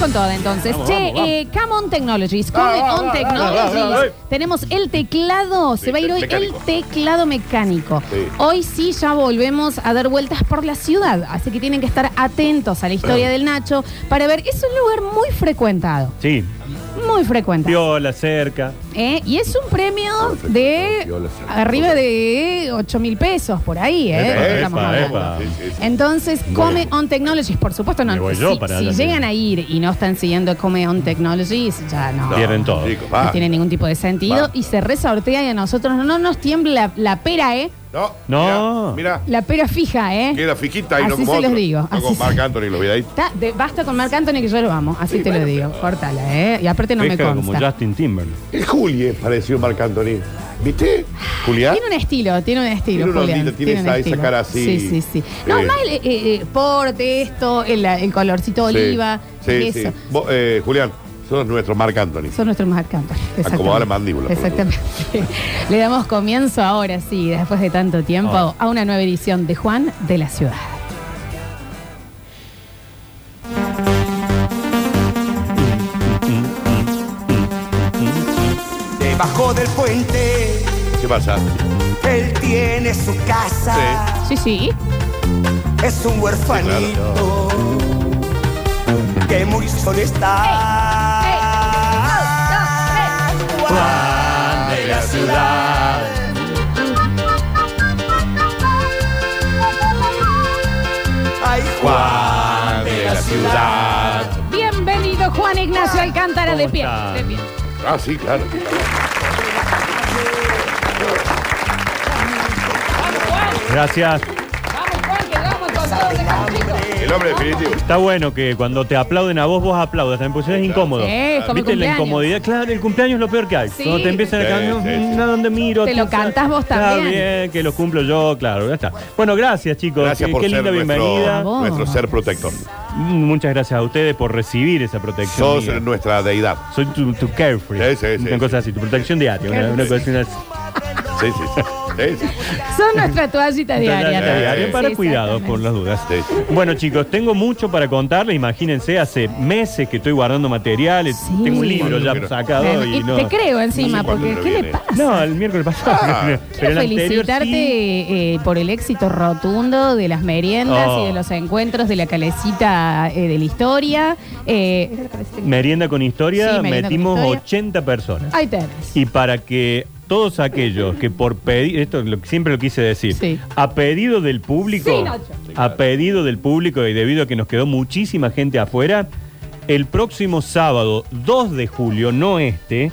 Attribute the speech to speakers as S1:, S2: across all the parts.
S1: con toda entonces.
S2: Vamos,
S1: che,
S2: vamos, vamos.
S1: eh, Come On Technologies. Come
S2: Ah, ah,
S1: On
S2: ah,
S1: Technologies.
S2: ah, ah, ah,
S1: Tenemos el teclado.
S2: Sí,
S1: se va a ir
S2: el
S1: hoy
S2: mecánico.
S1: el teclado mecánico.
S2: Sí.
S1: Hoy sí ya volvemos a dar vueltas por la ciudad. Así que tienen que estar atentos a la historia del Nacho para ver. Es un lugar muy frecuentado.
S2: Sí,
S1: Muy frecuentado.
S2: viola, cerca.
S1: ¿eh? Y es un premio de arriba de 8 mil pesos por ahí. ¿eh?
S2: Epa,
S1: Estamos
S2: epa,
S1: hablando.
S2: epa.
S3: Sí, sí, sí.
S1: Entonces, Come On Technologies, por supuesto, no.
S2: Me voy
S1: si
S2: yo para
S1: si
S2: allá.
S1: llegan a ir y no están siguiendo Come On Technologies, ya no.
S2: Pierden todo.
S3: Chicos,
S1: No
S3: va.
S1: tiene ningún tipo de sentido
S3: Va.
S1: y se resortea y a nosotros no nos tiembla la pera, ¿eh?
S3: No.
S2: No.
S3: Mira, mira,
S1: La pera fija, ¿eh?
S3: queda fijita y no
S1: Así
S3: como
S1: se los
S3: otro.
S1: digo,
S3: No
S1: así
S3: con
S1: se-
S3: Marc Anthony los veis ahí.
S1: Está de- basta con Marc Anthony que yo lo amo, así te lo digo. Córtala, ¿eh? Y aparte no me
S2: Fija como
S1: consta.
S2: Justin Timberlake.
S3: El Juli es parecido a Marc Anthony. ¿Viste? Julián.
S1: Tiene un estilo, tiene un estilo.
S3: Tiene una
S1: Julián,
S3: ondita, tiene
S1: un
S3: esa- esa
S1: estilo.
S3: cara así.
S1: Sí, sí, sí. No,
S3: Eh.
S1: más el eh, eh, porte, esto, el, el colorcito
S3: Sí.
S1: oliva,
S3: Sí,
S1: eso.
S3: sí. Vos, eh, Julián, sos nuestro Marc Anthony.
S1: Son nuestros Marc Anthony. Exactamente.
S3: Acomodá la mandíbula, por
S1: Exactamente. Le damos comienzo ahora, sí, después de tanto tiempo,
S2: Ah.
S1: a una nueva edición de Juan de la Ciudad.
S4: Debajo del puente,
S3: ¿Qué pasa?
S4: él tiene su casa.
S1: Sí, sí.
S4: Es un huerfanito que muy solo está. Juan de la ciudad. Ay, Juan de la ciudad.
S1: Bienvenido, Juan Ignacio Alcántara, de pie.
S2: ¿Cómo
S1: de pie.
S3: Ah, sí, claro.
S2: Gracias.
S1: Vamos, Juan, que vamos con todo, este dejamos, chicos.
S3: El hombre definitivo.
S2: Está bueno que cuando te aplauden a vos, vos aplaudas. También porque es incómodo.
S1: Sí, como el
S2: ¿Viste la
S1: cumpleaños.
S2: incomodidad? Claro, el cumpleaños es lo peor que hay.
S1: Sí.
S2: Cuando te empiezan a
S3: Sí, sí,
S2: cantar,
S3: sí.
S2: "Mm, ¿a dónde miro?
S1: Te lo
S2: Está-
S1: cantás vos también.
S2: Está bien, que lo cumplo yo, claro, ya está. Bueno, gracias chicos.
S3: Gracias
S2: Qué-
S3: por
S2: Qué
S3: ser
S2: linda bienvenida.
S3: nuestro, nuestro ser protector.
S2: Mm, Muchas gracias a ustedes por recibir esa protección.
S3: Sos
S2: mía.
S3: nuestra deidad.
S2: Soy tu, tu
S3: Sí,
S2: carefree.
S3: sí, sí,
S2: una cosa así, tu protección diaria. Una, una cosa así.
S3: Sí, sí, sí. Sí, sí.
S1: Son nuestra toallita diaria.
S2: Diaria, diaria,
S1: Sí,
S2: para cuidado,
S1: exactamente.
S2: por las dudas.
S3: Sí, sí.
S2: Bueno, chicos, tengo mucho para contarles. Imagínense, hace meses que estoy guardando materiales.
S1: Sí.
S2: Tengo un libro ya
S3: Bueno,
S2: sacado
S1: Bueno,
S2: y
S1: y
S2: no.
S1: Te creo encima,
S3: No sé cuándo
S1: porque
S3: lo
S1: ¿qué le
S3: viene.
S1: pasa?
S2: No, el miércoles pasado.
S3: Ah.
S1: Quiero felicitarte
S2: sí.
S1: eh, por el éxito rotundo de las meriendas
S2: Oh.
S1: y de los encuentros de la calecita eh, de la historia. Eh, ¿era la calecita?
S2: Merienda con historia,
S1: Sí, merienda con
S2: metimos
S1: historia.
S2: 80 personas.
S1: Ahí tenés.
S2: Y para que todos aquellos que por pedir, esto es lo que siempre lo quise decir,
S1: Sí.
S2: a pedido del público,
S1: Sí, Nacho.
S3: Sí, claro.
S2: a pedido del público y debido a que nos quedó muchísima gente afuera, el próximo sábado 2 de julio, no este,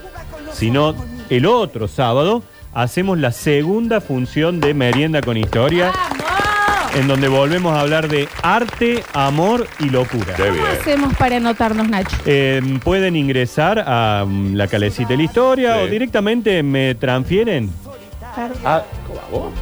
S2: sino el otro sábado, hacemos la segunda función de Merienda con Historia,
S1: ¡Vamos!
S2: en donde volvemos a hablar de arte, amor y locura.
S3: Qué
S1: ¿Cómo
S3: bien.
S1: hacemos para anotarnos, Nacho?
S2: Eh, pueden ingresar a mm, la calecita de la historia
S3: Sí.
S2: o directamente me transfieren.
S3: Ah, ¿cómo va vos?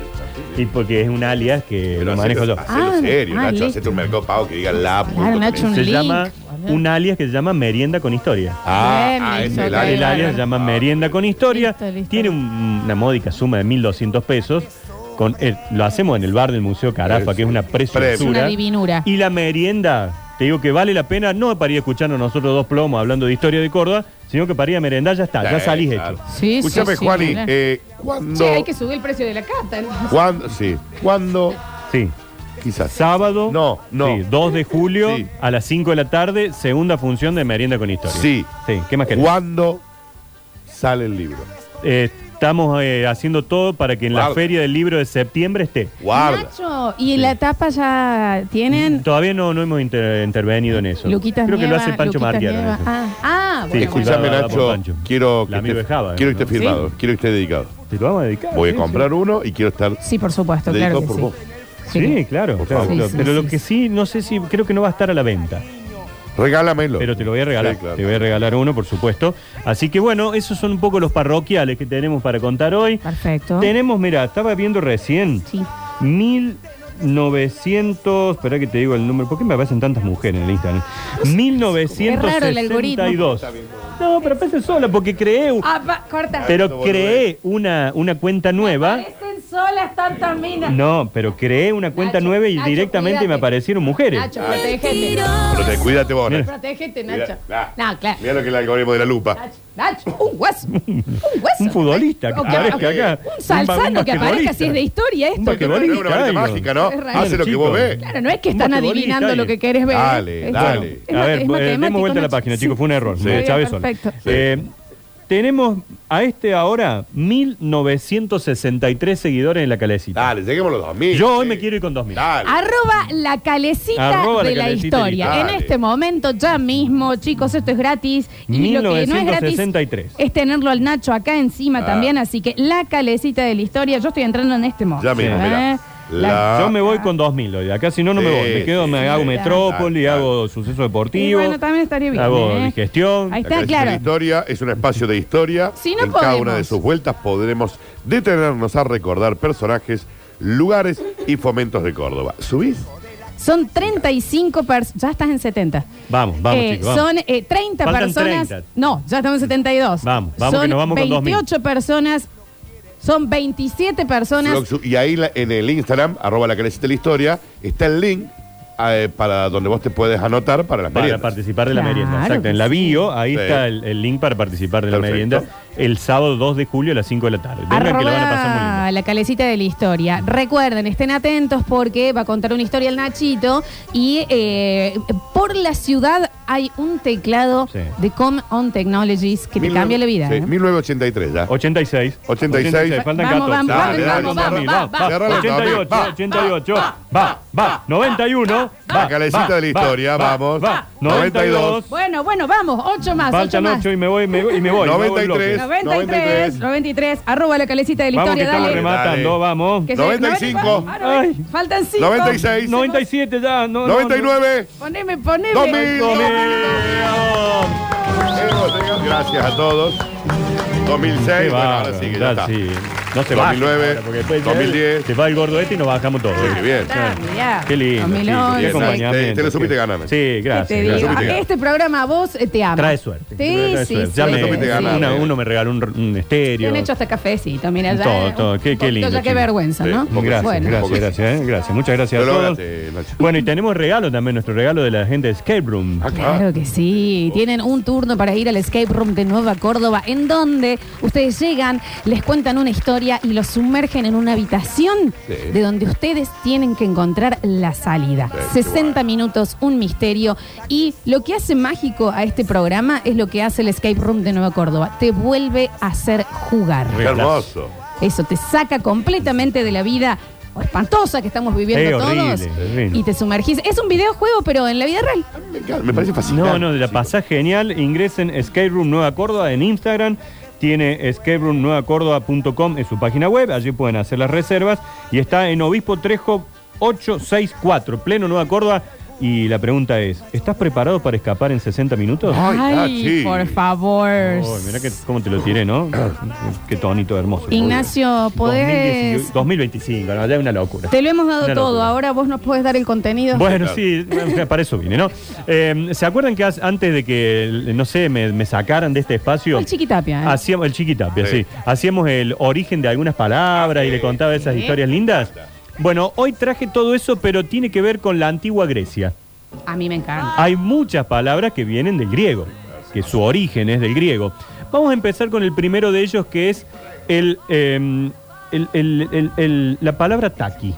S2: Y porque es un alias que
S3: Pero
S2: lo manejo yo.
S3: Hacelo
S1: Ah,
S3: serio,
S1: ah,
S3: Nacho.
S1: listo.
S3: Hacete un mercado pago que diga la. punto
S1: Claro, Nacho,
S3: tres.
S1: un
S2: Se
S1: link.
S2: llama un alias que se llama Merienda con Historia.
S3: Ah,
S1: Bien,
S3: ah,
S1: listo,
S3: ese es el
S1: ok.
S3: área. Ah,
S2: El alias se llama Merienda con Historia.
S1: Listo, listo.
S2: Tiene un- una módica suma de 1.200 pesos. Con el- lo hacemos en el bar del Museo Carafa, que es una
S1: Es una
S2: preciosura.
S1: divinura.
S2: Y la merienda, te digo que vale la pena, no para ir escuchando nosotros dos plomos hablando de historia de Córdoba, sino que para ir a merendar ya está, ya
S3: Sí,
S2: salís
S3: claro.
S2: hecho.
S1: Sí, sí,
S3: Escúchame,
S1: sí,
S3: Juani,
S1: claro.
S3: eh, ¿cuándo,
S1: Che, hay que subir el precio de la cata. entonces.
S3: cuándo- sí, ¿cuándo?
S2: Sí.
S3: Quizás.
S2: Sábado,
S3: No, no.
S2: sí, 2 de julio
S3: Sí.
S2: a las 5 de la tarde, segunda función de Merienda con Historia.
S3: Sí.
S2: Sí, ¿qué más querés?
S3: ¿Cuándo sale el libro?
S2: Eh, estamos eh, haciendo todo para que en la
S3: Guarda.
S2: Feria del Libro de septiembre esté.
S3: Guarda.
S1: Nacho, ¿y la tapa ya tienen?
S2: Todavía no, no hemos inter- intervenido en eso.
S1: Luquitas
S2: Creo que
S1: Nieva,
S2: lo hace Pancho
S1: Luquitas
S2: Marquiano. en
S1: Nieva.
S2: eso.
S1: Ah, ah,
S2: Sí,
S1: bueno, bueno.
S2: escucha-
S3: Escúchame,
S2: Guarda, por
S3: Nacho.
S2: Pancho.
S3: Quiero que,
S2: La amiga
S3: esté-
S2: de Java,
S3: quiero que esté
S2: ¿no?
S3: firmado, quiero que esté dedicado.
S2: Te lo vamos a dedicar.
S3: Voy a
S2: sí,
S3: comprar uno y quiero estar
S1: Sí, por supuesto, claro
S3: dedicado
S1: que
S3: por
S1: sí.
S3: vos.
S2: Sí, Sí, claro.
S3: Por
S2: claro,
S3: favor.
S2: claro.
S1: Sí, sí,
S2: pero
S1: sí,
S2: lo que sí, no sé si, creo que no va a estar a la venta.
S3: Regálamelo.
S2: Pero te lo voy a regalar.
S3: Sí, claro.
S2: Te voy a regalar uno, por supuesto. Así que bueno, esos son un poco los parroquiales que tenemos para contar hoy.
S1: Perfecto.
S2: Tenemos, mira, estaba viendo recién.
S1: Sí.
S2: 1900, espera que te digo el número, ¿por qué me aparecen tantas mujeres en el Instagram? 1962.
S1: Qué raro el algoritmo.
S2: No, pero aparece sola porque creé, un-
S1: Ah, va, corta.
S3: eh.
S2: pero creé una, una cuenta nueva
S1: Aparecen sola están tan minas.
S2: No, pero creé una cuenta
S1: Nacho,
S2: nueva y
S1: Nacho,
S2: directamente
S1: cuídate.
S2: me aparecieron mujeres.
S1: Nacho, protégete.
S3: Pero te cuídate vos, Nacho.
S1: Protégete,
S3: Mira,
S1: Nacho.
S3: nah.
S1: No, claro.
S3: Mira lo que es el algoritmo de la lupa.
S1: Nacho, Nacho, un hueso. Un hueso.
S2: Un futbolista que
S1: O
S2: aparezca acá.
S1: Un salsano
S2: ba- un
S1: que aparezca
S2: basquetbolista.
S1: si es de historia
S2: Un
S1: esto.
S3: Pero no es una varita
S2: algo.
S3: mágica, ¿no?
S1: Es raro.
S3: Hace lo que
S2: Chicos.
S3: vos ves.
S1: Claro, no es que
S2: Un
S1: están
S2: basquetbolista
S1: adivinando
S2: y-
S1: lo que querés ver.
S3: Dale,
S1: Es-
S3: dale.
S1: es
S2: A
S1: ma-
S2: ver,
S1: es
S2: eh, demos
S1: matemático,
S2: vuelta a la
S1: Nacho.
S2: página,
S1: Sí.
S2: chicos, fue un error.
S1: Sí.
S2: de Chávez Sol.
S1: Perfecto.
S2: Eh, tenemos a este ahora 1963 seguidores en la calecita.
S3: Dale, lleguemos a los 2000.
S2: Yo hoy
S3: Ah, sí.
S2: me quiero ir con 2000.
S3: Dale.
S1: Ah, Arroba la calecita
S2: Arroba la
S1: de la,
S2: calecita
S1: historia.
S3: y-
S1: En
S3: Dale.
S1: este momento, ya mismo, chicos, esto es gratis. Y lo que no es gratis
S2: 1963.
S1: es tenerlo al Nacho acá encima
S2: Ah.
S1: también. Así que la calecita de la historia, yo estoy entrando en este momento.
S3: Ya mismo,
S2: Sí.
S1: La-
S3: mirá. La-
S2: Yo me voy con 2000 hoy. Acá si no, no
S3: Ah. Sí,
S2: me voy. Me quedo,
S3: sí,
S2: me
S3: sí,
S2: hago
S1: sí.
S2: Metrópoli,
S3: Claro,
S2: hago suceso
S1: Y
S2: deportivo.
S1: bueno, también estaría bien.
S2: hago
S1: ¿eh?
S2: digestión.
S1: Ahí
S3: La
S1: está,
S3: Calle de la
S1: claro.
S3: historia es un espacio de historia.
S1: Si no
S3: en cada
S1: podemos.
S3: una de sus vueltas podremos detenernos a recordar personajes, lugares y fomentos de Córdoba. ¿Subís?
S1: Son 35 personas. Ya estás en 70.
S2: Vamos, vamos,
S1: Eh,
S2: chicos. vamos.
S1: Son eh, 30
S2: Faltan
S1: personas.
S2: 30.
S1: No, ya estamos en 72.
S2: Vamos, vamos,
S1: Son
S2: que nos vamos con 2000.
S1: 28 personas. Son 27 personas.
S3: Floxu. Y ahí la- en el Instagram, arroba la calecita de la historia, está el link eh, para donde vos te puedes anotar para las
S2: Para
S3: meriendas.
S2: participar de la
S1: Claro
S2: merienda. Exacto.
S1: que
S2: En la
S1: sí.
S2: bio, ahí
S3: Sí.
S2: está el, el link para participar de la
S3: Perfecto.
S2: merienda. El sábado 2 de julio a las 5 de la tarde. Vengan que lo van a pasar muy lindo.
S1: Arroba la calecita de la historia. Recuerden, estén atentos porque va a contar una historia el Nachito. Y eh, por la ciudad hay un teclado
S2: Sí.
S1: de Com On Technologies que te cambia la vida.
S3: Sí,
S1: ¿eh?
S3: 1983 ya.
S2: 86.
S3: 86.
S2: Faltan
S1: Vamos,
S2: 14.
S1: vamos,
S3: Dale, vamos, dale, vamos,
S1: vamos, vamos,
S3: vamos, vamos.
S2: 88,
S3: Va,
S2: 88. Va, va. 91.
S3: La calecita de la historia, vamos.
S2: Va. 92.
S1: Bueno, bueno, vamos. 8 más. ocho
S2: Faltan
S1: más.
S2: 8 y me voy, me voy, y me voy. me voy al bloque.
S3: 93.
S1: 93, 93, arroba la calecita de la
S2: Vamos que
S1: historia,
S2: estamos
S1: dale.
S2: rematando,
S3: Dale.
S2: vamos.
S1: Que se-
S3: 95.
S1: Ah, no,
S2: Ay.
S1: Faltan 5.
S3: 96.
S2: 97 ya. No, no, no.
S3: 99.
S1: Poneme, poneme.
S3: 2000.
S2: 2000.
S3: Gracias a todos. 2006.
S2: Qué
S3: bueno, ahora
S2: bárbaro,
S3: sí que ya
S2: ya
S3: está.
S2: sí. No se
S3: 2009,
S2: baja, porque después ya
S3: 2010.
S2: Se va el gordo este y nos bajamos todos.
S3: Sí, bien.
S1: Ah, mirá.
S2: Qué lindo.
S1: 2011.
S2: sí, qué acompañamiento.
S3: Te- te lo supiste ganar, Nacho.
S2: Sí, gracias.
S1: Te
S2: gracias.
S1: digo,
S3: supiste
S1: a-
S3: ganar.
S1: este programa a vos eh, te ama.
S2: Trae suerte.
S1: Sí,
S2: Trae
S1: sí,
S2: suerte.
S1: sí.
S2: Ya
S1: Te
S2: me-
S1: lo supiste ganar,
S2: una-
S3: eh.
S2: uno me regaló un, un
S1: Te
S2: estéreo.
S1: han hecho hasta cafecito, mira. ya,
S2: Todo,
S1: eh,
S2: todo. Qué-
S1: un
S2: qué lindo,
S1: poquito, ya, qué
S2: chicos.
S1: vergüenza,
S3: Sí,
S1: ¿no?
S3: un poco.
S2: Gracias,
S1: Bueno.
S2: gracias,
S3: Poco.
S2: gracias, eh, gracias. Muchas gracias
S3: Lo
S2: a todos.
S3: lograste, Nacho.
S2: Bueno, y tenemos regalo también, nuestro regalo de la gente de Escape Room.
S3: Acá.
S1: Claro que sí. Tienen un turno para ir al escape room de Nueva Córdoba, en donde ustedes llegan, les cuentan una historia y los sumergen en una habitación
S3: Sí.
S1: de donde ustedes tienen que encontrar la salida.
S3: Sí, qué
S1: 60
S3: bueno.
S1: minutos, un misterio. Y lo que hace mágico a este programa es lo que hace el escape room de Nueva Córdoba. Te vuelve a hacer jugar.
S3: Qué hermoso.
S1: Eso te saca completamente de la vida espantosa que estamos viviendo
S2: Sí, horrible,
S1: todos
S2: horrible.
S1: y te sumergís. Es un videojuego, pero en la vida real.
S3: Me encanta, Me parece fascinante.
S2: No, no, la pasás genial. Ingresen Escape Room Nueva Córdoba en Instagram. Tiene escaperoomnuevacórdoba.com en su página web. Allí pueden hacer las reservas. Y está en Obispo Trejo 864, pleno Nueva Córdoba. Y la pregunta es, ¿estás preparado para escapar en 60 minutos?
S3: Ay, Nachi.
S1: por favor.
S2: ah, Ay, mirá que, cómo te lo tiré, ¿no? Qué tonito hermoso.
S1: Ignacio, podés.
S2: 2019, 2025, no, ya es una locura.
S1: Te lo hemos dado
S2: Una
S1: todo,
S2: locura.
S1: ahora vos nos puedes dar el contenido.
S2: Bueno, sí, bueno, para eso vine, ¿no? Eh, ¿Se acuerdan que as- antes de que, no sé, me, me sacaran de este espacio?
S1: El Chiquitapia, ¿eh?
S2: Hacíamos, el chiquitapia, sí.
S3: Sí.
S2: Hacíamos el origen de algunas palabras
S1: Ah,
S2: y le contaba esas historias lindas. Bueno, hoy traje todo eso, pero tiene que ver con la antigua Grecia.
S1: A mí me encanta.
S2: Hay muchas palabras que vienen del griego, que su origen es del griego. Vamos a empezar con el primero de ellos, que es el, em, el- el- el- el- la palabra taqui.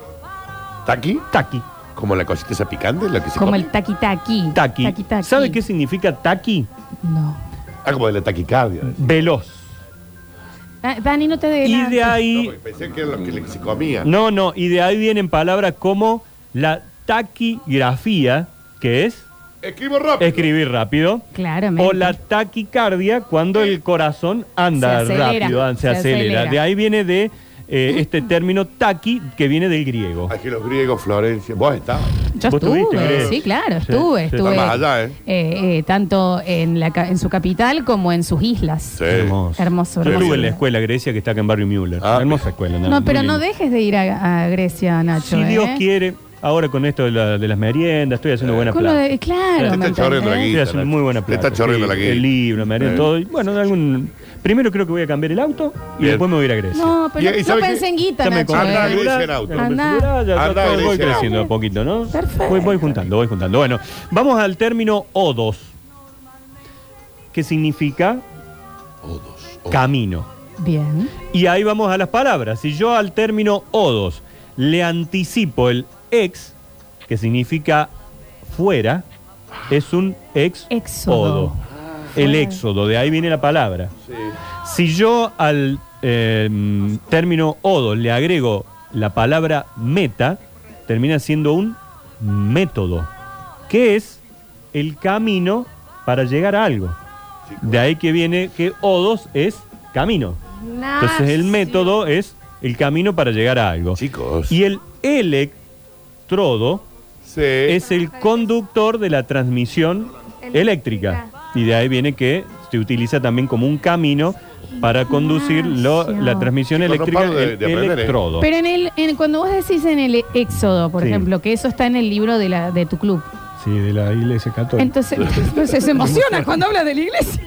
S3: ¿Está aquí?
S2: Taqui.
S3: Como la cosita esa picante, la que se
S1: Como
S3: come.
S1: el taqui-taqui.
S2: Taqui.
S1: Taqui-taqui.
S2: ¿Sabe qué significa taqui?
S1: No.
S3: Ah, como de la taquicardia.
S2: Veloz.
S1: Da- Dani, no te dé
S2: Y
S1: nada.
S2: de
S3: No,
S2: ahí.
S3: porque pensé que era lo que le- se comía.
S2: No, no, y de ahí vienen palabras como la taquigrafía, que es
S3: Escribo rápido.
S2: escribir rápido.
S1: Claramente.
S2: O la taquicardia, cuando el corazón anda
S1: Se acelera,
S2: rápido, an- se,
S1: se
S2: acelera.
S1: acelera.
S2: De ahí viene de eh, este término taqui, que viene del griego.
S3: Aquí los griegos, Florencia. Vos estás.
S1: Yo
S2: Vos estuviste,
S1: estuve,
S2: creo.
S1: sí, claro,
S2: Sí,
S1: estuve,
S2: sí.
S1: estuve.
S3: Está más allá, ¿eh?
S1: Eh, eh, tanto en, la, ca- en su capital como en sus islas.
S3: Sí.
S2: Hermoso.
S1: Hermoso,
S2: Yo
S1: hermoso.
S2: estuve en la escuela Grecia que está acá en Barrio Müller.
S3: eh. Ah,
S2: Hermosa
S3: mira.
S2: escuela.
S1: No, pero no
S2: de
S1: dejes de ir a, a Grecia, Nacho.
S2: Si Dios
S1: ¿eh?
S2: quiere, ahora con esto de, la- de las meriendas, estoy
S3: Eh.
S2: haciendo buena
S1: Con lo
S2: plata.
S1: de- claro,
S2: Te
S1: ¿me
S3: está chorreando
S1: entendés?
S3: aquí.
S2: Estoy haciendo muy buena plata.
S3: Le está chorreando
S2: Sí,
S3: la guita.
S2: El libro, merienda,
S3: Eh.
S2: todo. Y bueno, de algún. Primero creo que voy a cambiar el auto y
S3: Bien.
S2: después me voy a ir a Grecia.
S1: No, pero
S3: Y- y
S1: no
S3: ¿sabe
S1: pensé
S3: qué?
S1: en guita,
S2: Ya me
S1: Nacho.
S2: compré
S1: eh.
S3: Andá,
S2: el celular,
S3: Grecia en auto.
S2: ya compré el
S1: Andá.
S2: celular, ya
S3: Andá,
S2: todo, voy
S3: Grecia en
S2: creciendo
S1: auto.
S2: un poquito, ¿no?
S1: Perfecto.
S2: Voy, voy juntando, voy juntando. Bueno, vamos al término odos, que significa
S3: Odos. odos.
S2: camino.
S1: Bien.
S2: Y ahí vamos a las palabras. Si yo al término odos le anticipo el ex, que significa fuera, es un ex
S1: Éxodo.
S2: El
S1: Fuera.
S2: éxodo, de ahí viene la palabra.
S3: Sí.
S2: Si yo al eh, mm, término odo le agrego la palabra meta, termina siendo un método, que es el camino para llegar a algo. De ahí que viene que odos es camino. Entonces el método es el camino para llegar a algo.
S3: Chicos.
S2: Y el electrodo
S3: Sí.
S2: es el conductor de la transmisión eléctrica. Y de ahí viene que se utiliza también como un camino para conducir lo- la transmisión
S3: Chicos, no
S2: eléctrica
S3: paro de-
S2: el
S3: de aprender, ¿eh?
S2: electrodo.
S1: Pero en el, en- cuando vos decís en el éxodo, por
S2: Sí.
S1: ejemplo, que eso está en el libro de, la, de tu club,
S2: Sí, de la iglesia católica.
S1: entonces, entonces se emociona cuando habla de la iglesia.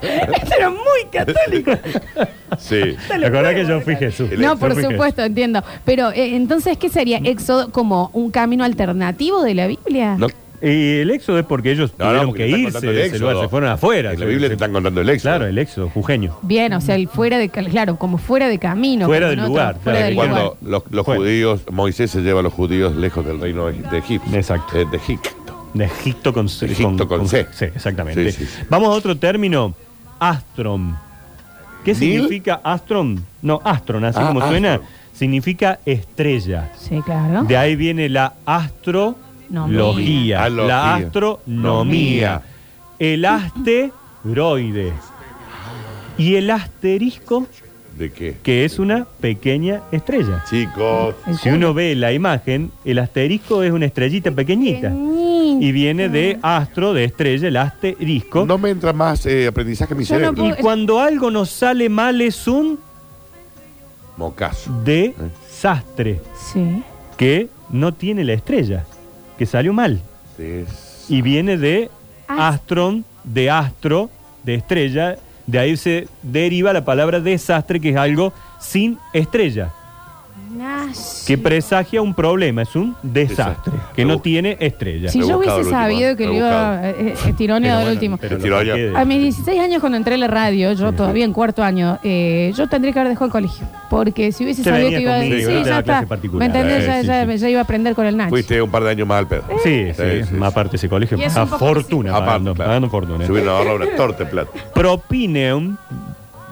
S1: Este era muy católico.
S3: Sí.
S2: ¿Te acordás que yo fui Jesús?
S1: No,
S2: Yo
S1: por
S2: fui Jesús.
S1: supuesto, entiendo. Pero eh, entonces, ¿qué sería éxodo como un camino alternativo de la Biblia?
S3: No,
S2: Y Eh, el éxodo es porque ellos
S3: No, no,
S2: tuvieron
S3: porque
S2: que
S3: te están
S2: irse
S3: contando el
S2: de ese
S3: éxodo.
S2: lugar, se fueron afuera.
S3: en la
S2: Se-
S3: Biblia
S2: se-
S3: te están contando el éxodo.
S2: Claro, el éxodo, jujeño.
S1: Bien, o sea, el fuera de, claro, como fuera de camino.
S2: Fuera
S1: como
S2: del
S1: en otro-
S2: lugar,
S1: fuera
S2: claro,
S1: del
S3: Cuando
S1: lugar.
S3: los, los
S2: Bueno.
S3: judíos, Moisés se lleva a los judíos lejos del reino de de Egipto.
S2: Exacto.
S3: Eh, De Egipto.
S2: De Egipto con C.
S3: Egipto con C.
S2: Sí, exactamente.
S3: Sí, sí, sí.
S2: Vamos a otro término, astrom. ¿Qué
S3: ¿Nil?
S2: significa astrom? No, astron, así
S3: Ah,
S2: como
S3: astron.
S2: suena, significa estrella.
S1: Sí, claro.
S2: De ahí viene la astrología,
S3: Nomía.
S2: la astronomía,
S3: Nomía.
S2: el asteroide y el asterisco,
S3: ¿De qué?
S2: que es una pequeña estrella.
S3: Chicos.
S1: El
S2: Si uno ve la imagen, el asterisco es una estrellita pequeñita.
S1: Pequeñito.
S2: Y viene de astro, de estrella, el asterisco.
S3: No me entra más eh, aprendizaje en mi
S1: Yo no
S3: cerebro.
S2: Y
S1: puedo-
S2: cuando algo nos sale mal es un
S3: Mocaso.
S2: desastre
S1: Sí.
S2: que no tiene la estrella, que salió mal.
S3: Des-
S2: Y viene de
S1: As-
S2: astron, de astro, de estrella. De ahí se deriva la palabra desastre, que es algo sin estrella, que presagia un problema, es un
S3: Desastre.
S2: desastre, que
S3: Me
S2: no
S3: gusta.
S2: tiene estrella.
S1: Si
S3: Lo he
S1: yo
S3: buscado
S1: hubiese
S3: al último,
S1: sabido que
S3: lo
S1: le
S3: he
S1: iba
S3: buscado.
S1: eh, eh, tironeado al último.
S2: pero lo
S3: Tiró allá.
S2: saqué de-
S1: A mis 16 años cuando entré en la radio, yo
S2: Sí.
S1: todavía en cuarto año, eh, yo tendría que haber dejado el colegio. Porque si hubiese
S2: Te
S1: sabido
S2: venía
S1: que iba a
S2: conmigo,
S1: decir,
S2: no
S1: sí,
S2: te
S1: ya
S2: daba
S1: está.
S2: clase particular.
S1: ¿Me entendés?
S2: Eh,
S1: ya,
S2: sí,
S1: ya-
S2: sí.
S1: ya iba a aprender con el Nacho.
S3: Fuiste un par de años más al pedo.
S2: Sí, sí,
S3: Sí, sí,
S2: más aparte ese colegio,
S1: Y es
S2: a
S1: un poco
S2: fortuna,
S1: difícil.
S2: pagando,
S3: Aparte, claro.
S2: pagando fortuna.
S3: Se hubiera ahorrado una torta de plata.
S2: Propineum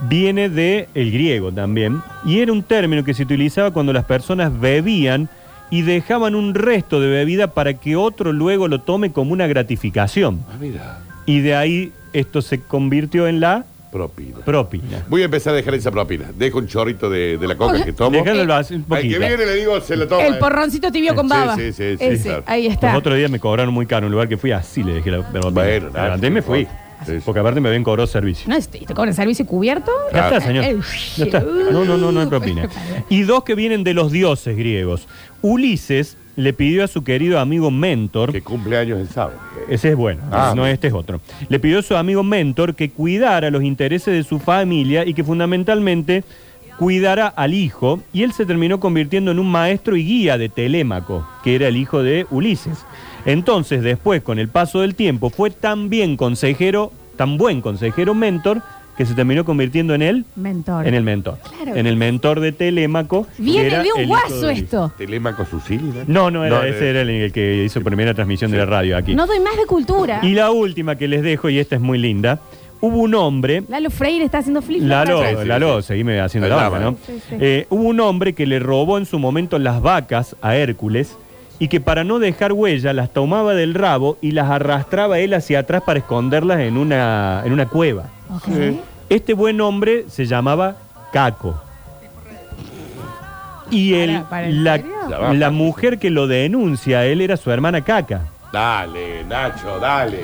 S2: viene del el griego también y era un término que se utilizaba cuando las personas bebían y dejaban un resto de bebida para que otro luego lo tome como una gratificación.
S3: Ah, mira.
S2: Y de ahí esto se convirtió en la
S3: Propina.
S2: propina.
S3: Voy a empezar a dejar esa propina. Dejo un chorrito de, de la coca que tomo.
S2: Dejalo al
S1: Eh,
S2: vaso un
S3: Al que
S2: poquito.
S3: viene le digo, se lo toma.
S1: El
S3: eh.
S1: porroncito tibio con
S3: Sí,
S1: baba.
S3: sí, sí, sí,
S1: Ese,
S3: claro.
S1: ahí
S2: Los
S1: está.
S2: otros días me cobraron muy caro un lugar que fui así, le dejé la la propina.
S3: Bueno, nada,
S2: Levanté y me fui.
S3: sí, sí.
S2: Porque aparte me habían cobrado servicio.
S1: No, este, te cobran servicio cubierto.
S2: Ya
S3: Claro.
S2: está, señor.
S1: Eh,
S2: Ya está. No, no, no, no hay propina. Y dos que vienen de los dioses griegos. Ulises le pidió a su querido amigo Mentor,
S3: Que cumpleaños el sábado.
S2: ese es bueno,
S3: Ah.
S2: no este es otro, le pidió a su amigo Mentor que cuidara los intereses de su familia y que fundamentalmente cuidara al hijo, y él se terminó convirtiendo en un maestro y guía de Telémaco, que era el hijo de Ulises. Entonces, después, con el paso del tiempo, fue tan bien consejero, tan buen consejero Mentor, que se terminó convirtiendo en él
S1: Mentor.
S2: en el mentor.
S1: Claro.
S2: En el mentor de Telémaco. que
S1: Viene
S2: Eh, era
S1: de
S2: el
S1: un
S2: hijo
S1: guaso
S2: de-
S1: esto.
S3: Telemaco Susili.
S2: No, no, era, ese
S3: eh,
S2: era el, el que hizo primera transmisión de la radio aquí.
S1: No doy más de cultura.
S2: Y la última que les dejo, y esta es muy linda. Hubo un hombre,
S1: Lalo Freire está haciendo flip.
S2: Lalo,
S3: Sí, sí,
S2: Lalo, seguime haciendo
S3: Ahí
S2: la
S3: va,
S2: onda,
S3: va.
S2: ¿no?
S1: Sí, sí.
S2: Eh, hubo un hombre que le robó en su momento las vacas a Hércules y que para no dejar huella las tomaba del rabo y las arrastraba él hacia atrás para esconderlas en una, en una cueva.
S1: Ok.
S2: Este buen hombre se llamaba Caco. Y él,
S1: Para, para, ¿en
S2: la,
S1: serio?
S3: Ya va,
S2: la
S3: Paco.
S2: mujer que lo denuncia, a él era su hermana Caca.
S3: Dale, Nacho, dale.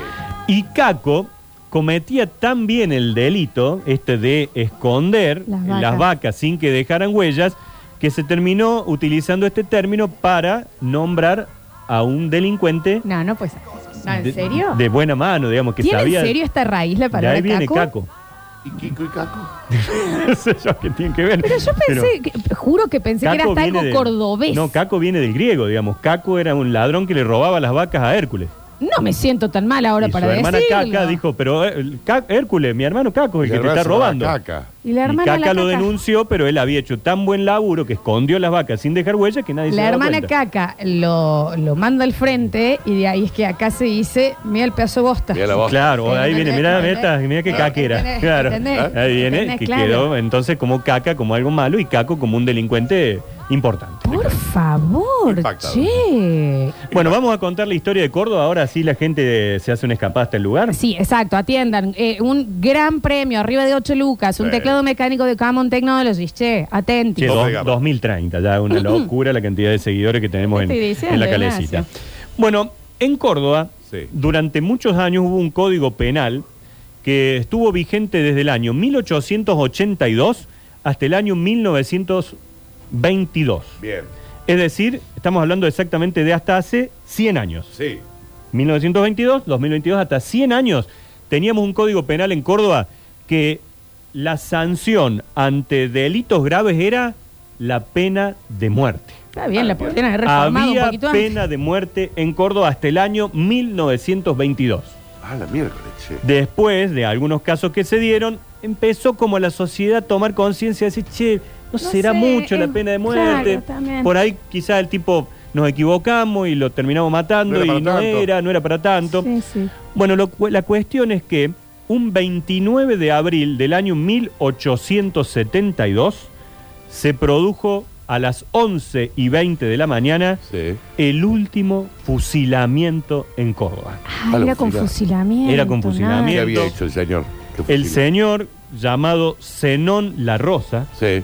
S2: Y Caco cometía tan bien el delito, este de esconder
S1: Las vacas.
S2: las vacas sin que dejaran huellas, que se terminó utilizando este término para nombrar a un delincuente
S1: No, no puede ser. No, ¿En
S2: de,
S1: serio?
S2: de buena mano, digamos, que
S1: ¿Tiene
S2: sabía.
S1: en serio esta raíz la
S2: de
S1: palabra
S2: ahí viene
S1: caco?
S2: Caco.
S3: ¿Y Kiko y Caco?
S2: no sé yo qué tiene que ver.
S1: Pero yo pensé, que- juro que pensé que era hasta algo
S2: del-
S1: cordobés.
S2: No,
S1: No,
S2: Caco viene del griego, digamos. Caco era un ladrón que le robaba las vacas a Hércules.
S1: me siento tan mal ahora
S2: y
S1: para
S2: su hermana
S1: decirlo.
S2: Caca dijo, pero eh, el Ca- Hércules, mi hermano Caco,
S3: Mi
S2: es el que te
S3: hermana
S2: está
S3: se llama
S2: robando.
S3: ah, Caca.
S1: y la
S2: Y
S1: hermana
S2: Caca
S1: la
S2: lo
S1: Caca.
S2: denunció, pero él había hecho tan buen laburo que escondió las vacas sin dejar huella que nadie se
S1: La
S2: daba
S1: hermana
S2: cuenta.
S1: Caca lo, lo manda al frente y de ahí es que acá se dice, mira el pedazo bosta.
S3: Mira la voz.
S2: Claro, oh,
S1: Sí,
S2: ahí viene,
S1: ¿entendés?
S2: mirá, mirá,
S1: ¿entendés?
S2: esta- mirá qué
S1: ¿Eh?
S2: caquera.
S1: ¿Entendés?
S2: Claro,
S1: ¿Entendés?
S2: ahí viene,
S1: ¿Entendés?
S2: que
S1: Claro.
S2: quedó entonces como caca, como algo malo, y caco como un delincuente importante.
S1: Por favor,
S3: Impactado.
S1: che.
S2: Bueno, vamos a contar la historia de Córdoba, ahora sí la gente se hace una escapada hasta el lugar.
S1: Sí, exacto, atiendan. Eh, un gran premio, arriba de 8 lucas, un
S3: Sí.
S1: teclado mecánico de Common Technologies, che, atenti.
S2: Che,
S3: Dos
S2: dos-
S3: de gama.
S2: 2030, ya una locura la cantidad de seguidores que tenemos
S1: Te
S2: en,
S1: estoy diciendo,
S2: en la calecita.
S1: gracias.
S2: Bueno, en Córdoba,
S3: Sí.
S2: durante muchos años hubo un código penal que estuvo vigente desde el año 1882 hasta el año 1922.
S3: Bien.
S2: Es decir, estamos hablando exactamente de hasta hace 100 años.
S3: Sí.
S2: 1922, 2022, hasta 100 años, teníamos un código penal en Córdoba que la sanción ante delitos graves era la pena de muerte.
S1: Está bien, la podrían haber reformado un
S2: Había
S1: poquito antes.
S2: pena de muerte en Córdoba hasta el año 1922.
S3: Ah, la miércoles, che.
S2: Después de algunos casos que se dieron, empezó como la sociedad a tomar conciencia y decir, che, no, será
S1: sé,
S2: mucho la
S1: eh,
S2: pena de muerte.
S1: claro, también.
S2: Por ahí quizás el tipo nos equivocamos y lo terminamos matando
S3: No era
S2: y no
S3: para tanto.
S2: era, no era para tanto.
S1: Sí, sí.
S2: Bueno, lo cu- la cuestión es que un 29 de abril del año 1872 se produjo a las 11 y 20 de la mañana
S3: Sí.
S2: el último fusilamiento en Córdoba.
S1: Ay,
S3: Ah, lo
S1: era con
S3: fusilaron.
S1: fusilamiento.
S2: Era con fusilamiento.
S3: ¿Qué
S1: nada.
S3: había hecho el señor? ¿Qué
S2: El
S3: fusiló?
S2: señor llamado Zenón La Rosa
S3: Sí.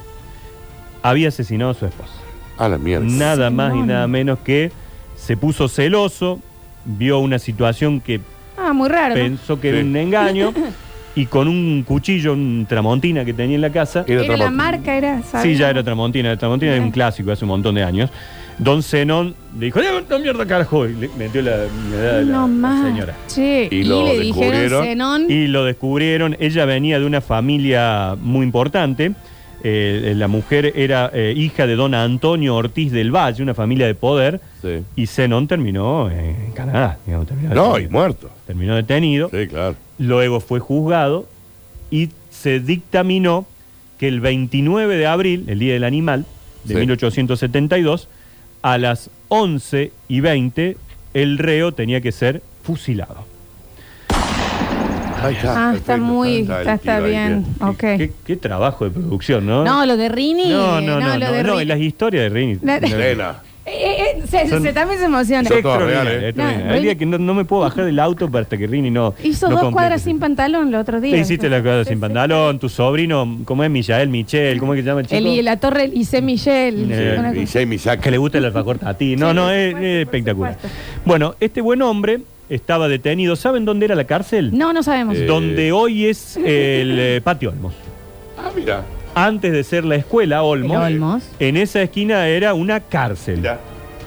S2: había asesinado a su esposa.
S3: Ah, la miércoles.
S2: Nada más y
S1: Zenón.
S2: nada menos que se puso celoso, vio una situación que
S1: Ah, muy raro. ¿no?
S2: pensó que era
S3: Sí.
S2: un engaño y con un cuchillo, un tramontina que tenía en la casa.
S3: Era
S1: Era la
S3: Tramontina.
S1: marca, era, ¿sabes?
S2: Sí, ya era tramontina, era tramontina es un
S1: Mirá.
S2: clásico hace un montón de años. Don Zenón le dijo, ¡Eh, no mierda carajo! Y le metió la medalla de la,
S1: No
S2: la
S1: más.
S2: señora.
S1: Che,
S3: Y
S1: y,
S3: lo
S1: le dijeron
S3: descubrieron.
S1: Zenón.
S2: Y lo descubrieron, ella venía de una familia muy importante. Eh, eh, la mujer era eh, hija de don Antonio Ortiz del Valle, una familia de poder.
S3: Sí.
S2: Y Zenón terminó eh, en Canadá. digamos, terminó
S3: No, y
S2: detenido.
S3: muerto.
S2: terminó detenido.
S3: Sí, claro.
S2: Luego fue juzgado y se dictaminó que el 29 de abril, el Día del Animal, de
S3: Sí.
S2: 1872, a las 11 y 20, el reo tenía que ser fusilado.
S3: Ahí
S1: Ah, está muy- está- está
S3: el tiro ahí,
S1: bien. Ok.
S2: Qué, qué trabajo de producción, ¿no?
S1: No, lo de Rini.
S2: no, no, no,
S1: lo
S2: no,
S1: de
S2: no,
S1: Rini.
S2: y las historias de Rini.
S1: La-
S2: No,
S3: Elena.
S1: Eh, eh, eh, se,
S2: Son-
S1: se- también se emociona.
S3: Son todas
S2: extraordinario,
S3: reales.
S2: extraordinario.
S1: No,
S2: El
S1: Rini-
S2: día que no, no me puedo bajar del auto para hasta que Rini no.
S1: Hizo
S2: no
S1: dos
S2: complete
S1: cuadras
S2: su-
S1: sin pantalón el otro día.
S2: Te hiciste la cuadra
S1: Sí,
S2: sin
S1: sí.
S2: pantalón, tu sobrino, ¿cómo es Michael? Michel, ¿cómo es que se llama el chico?
S1: El, y la torre Elise Michel.
S2: Eh,
S1: Una cosa-
S3: Y Jamie
S2: que le gusta el alfajor a ti. No,
S1: Sí,
S2: no,
S1: por
S2: es,
S1: supuesto,
S2: es
S1: por
S2: espectacular.
S1: supuesto.
S2: Bueno, este buen hombre estaba detenido. ¿Saben dónde era la cárcel?
S1: No, no sabemos.
S3: Eh,
S2: Donde hoy es el eh, patio Olmos.
S3: Ah, mira.
S2: Antes de ser la escuela Olmos,
S1: El Olmos.
S2: en esa esquina era una cárcel.
S3: Mira.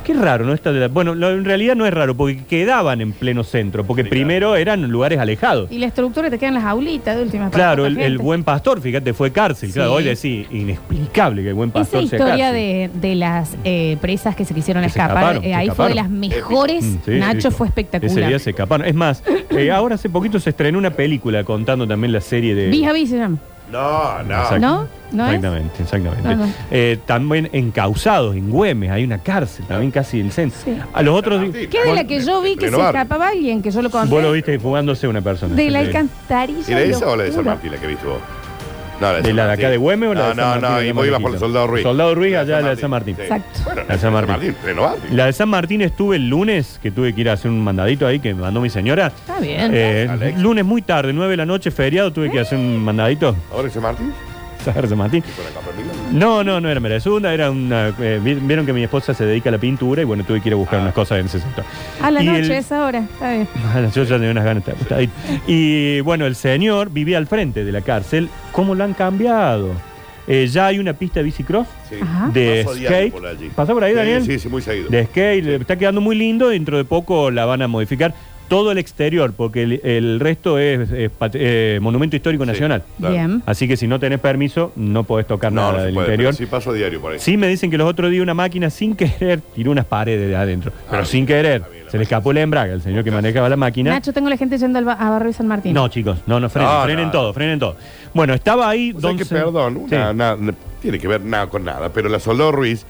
S2: Qué raro, ¿no? Esta de la- Bueno, lo- en realidad no es raro, porque quedaban en pleno centro, porque
S3: Mirá.
S2: primero eran lugares alejados.
S1: Y la estructura te quedan las aulitas de última. para
S2: Claro,
S1: poca
S2: el, el
S1: gente.
S2: buen pastor, fíjate, fue cárcel. Claro,
S1: Sí.
S2: hoy decís, inexplicable que el buen pastor
S1: Esa
S2: sea
S1: historia
S2: cárcel.
S1: de, de las eh, presas que se quisieron
S2: Que se
S1: escapar,
S2: escaparon,
S1: eh,
S2: se
S1: ahí fue de
S2: escaparon.
S1: las mejores.
S2: Mm, sí,
S1: Nacho
S2: épico.
S1: fue espectacular.
S2: Ese día se escaparon. Es más, eh, ahora hace poquito se estrenó una película contando también la serie de.
S1: Vis a vis se llama.
S3: No, no.
S2: Exacto.
S1: ¿No? ¿No es?
S2: exactamente, exactamente.
S1: No, no.
S2: Eh, también encausados en Güemes, hay una cárcel, también casi el centro.
S1: Sí.
S2: A los otros. di-
S1: ¿Qué de
S2: Vos-
S1: la que yo vi que se
S3: Renovar.
S1: escapaba alguien? Que yo lo conté.
S2: Vos lo viste fugándose una persona.
S1: De la
S2: Sí.
S1: alcantarilla.
S3: ¿Y la de esa o la de San
S1: locura.
S3: Martín, la que viste vos? No, la
S2: ¿De la de acá de Güemes o la
S3: no,
S2: de San Martín?
S3: No, no,
S2: de
S3: y
S2: San
S3: vos ibas
S2: Martín?
S3: por el Soldado Ruiz.
S2: Soldado Ruiz, allá la de San Martín.
S3: Sí.
S1: Exacto.
S3: Bueno,
S2: La de San Martín.
S3: renovable.
S2: La de San Martín estuve el lunes, que tuve que ir a hacer un mandadito ahí que me mandó mi señora.
S1: Está bien. ¿Eh?
S2: Eh,
S3: Alex.
S2: lunes muy tarde, 9 de la noche, feriado, tuve que hacer un mandadito.
S3: ¿Ahora es San Martín?
S2: San Martín.
S3: Con la capa Miguel.
S2: No, no, no era merezunda, era una... eh, vi- vieron que mi esposa se dedica a la pintura y bueno, tuve que ir a buscar
S3: Ah.
S2: unas cosas en ese sector.
S1: A la
S2: Y
S1: noche,
S2: el-
S1: a esa hora. Está bien.
S2: Bueno, yo ya tenía unas ganas. está- está ahí. Y bueno, el señor vivía al frente de la cárcel. ¿Cómo lo han cambiado? Eh, ya hay una pista de bicicross,
S3: Sí.
S1: Ajá.
S2: de
S3: Paso diario
S2: skate.
S3: por allí.
S2: ¿Pasó por ahí,
S3: Sí,
S2: Daniel?
S3: Sí, sí, muy seguido.
S2: De skate, le está quedando muy lindo. Dentro de poco la van a modificar. todo el exterior, porque el, el resto es, es pat- eh, Monumento Histórico
S3: Sí.
S2: Nacional.
S3: Claro.
S1: Bien.
S2: Así que si no tenés permiso, no podés tocar
S3: No,
S2: nada
S3: no se
S2: del
S3: puede,
S2: interior.
S3: pero Sí paso diario por ahí.
S2: Sí, me dicen que los otros días una máquina sin querer tiró unas paredes de adentro. Pero
S3: Ah,
S2: sin
S3: bien,
S2: querer.
S3: está bien, la
S2: Se
S3: máquina.
S2: le escapó la embrague al señor que manejaba la máquina.
S1: Nacho, tengo la gente yendo al ba- a Barrio San Martín.
S2: No, chicos, no, no, frenen,
S3: No,
S2: frenen
S3: no.
S2: todo, frenen todo. Bueno, estaba ahí
S3: O sea
S2: donde.
S3: Pues que, perdón, una-
S2: Sí.
S3: na- na- tiene que ver nada con nada, pero la Solor Ruiz,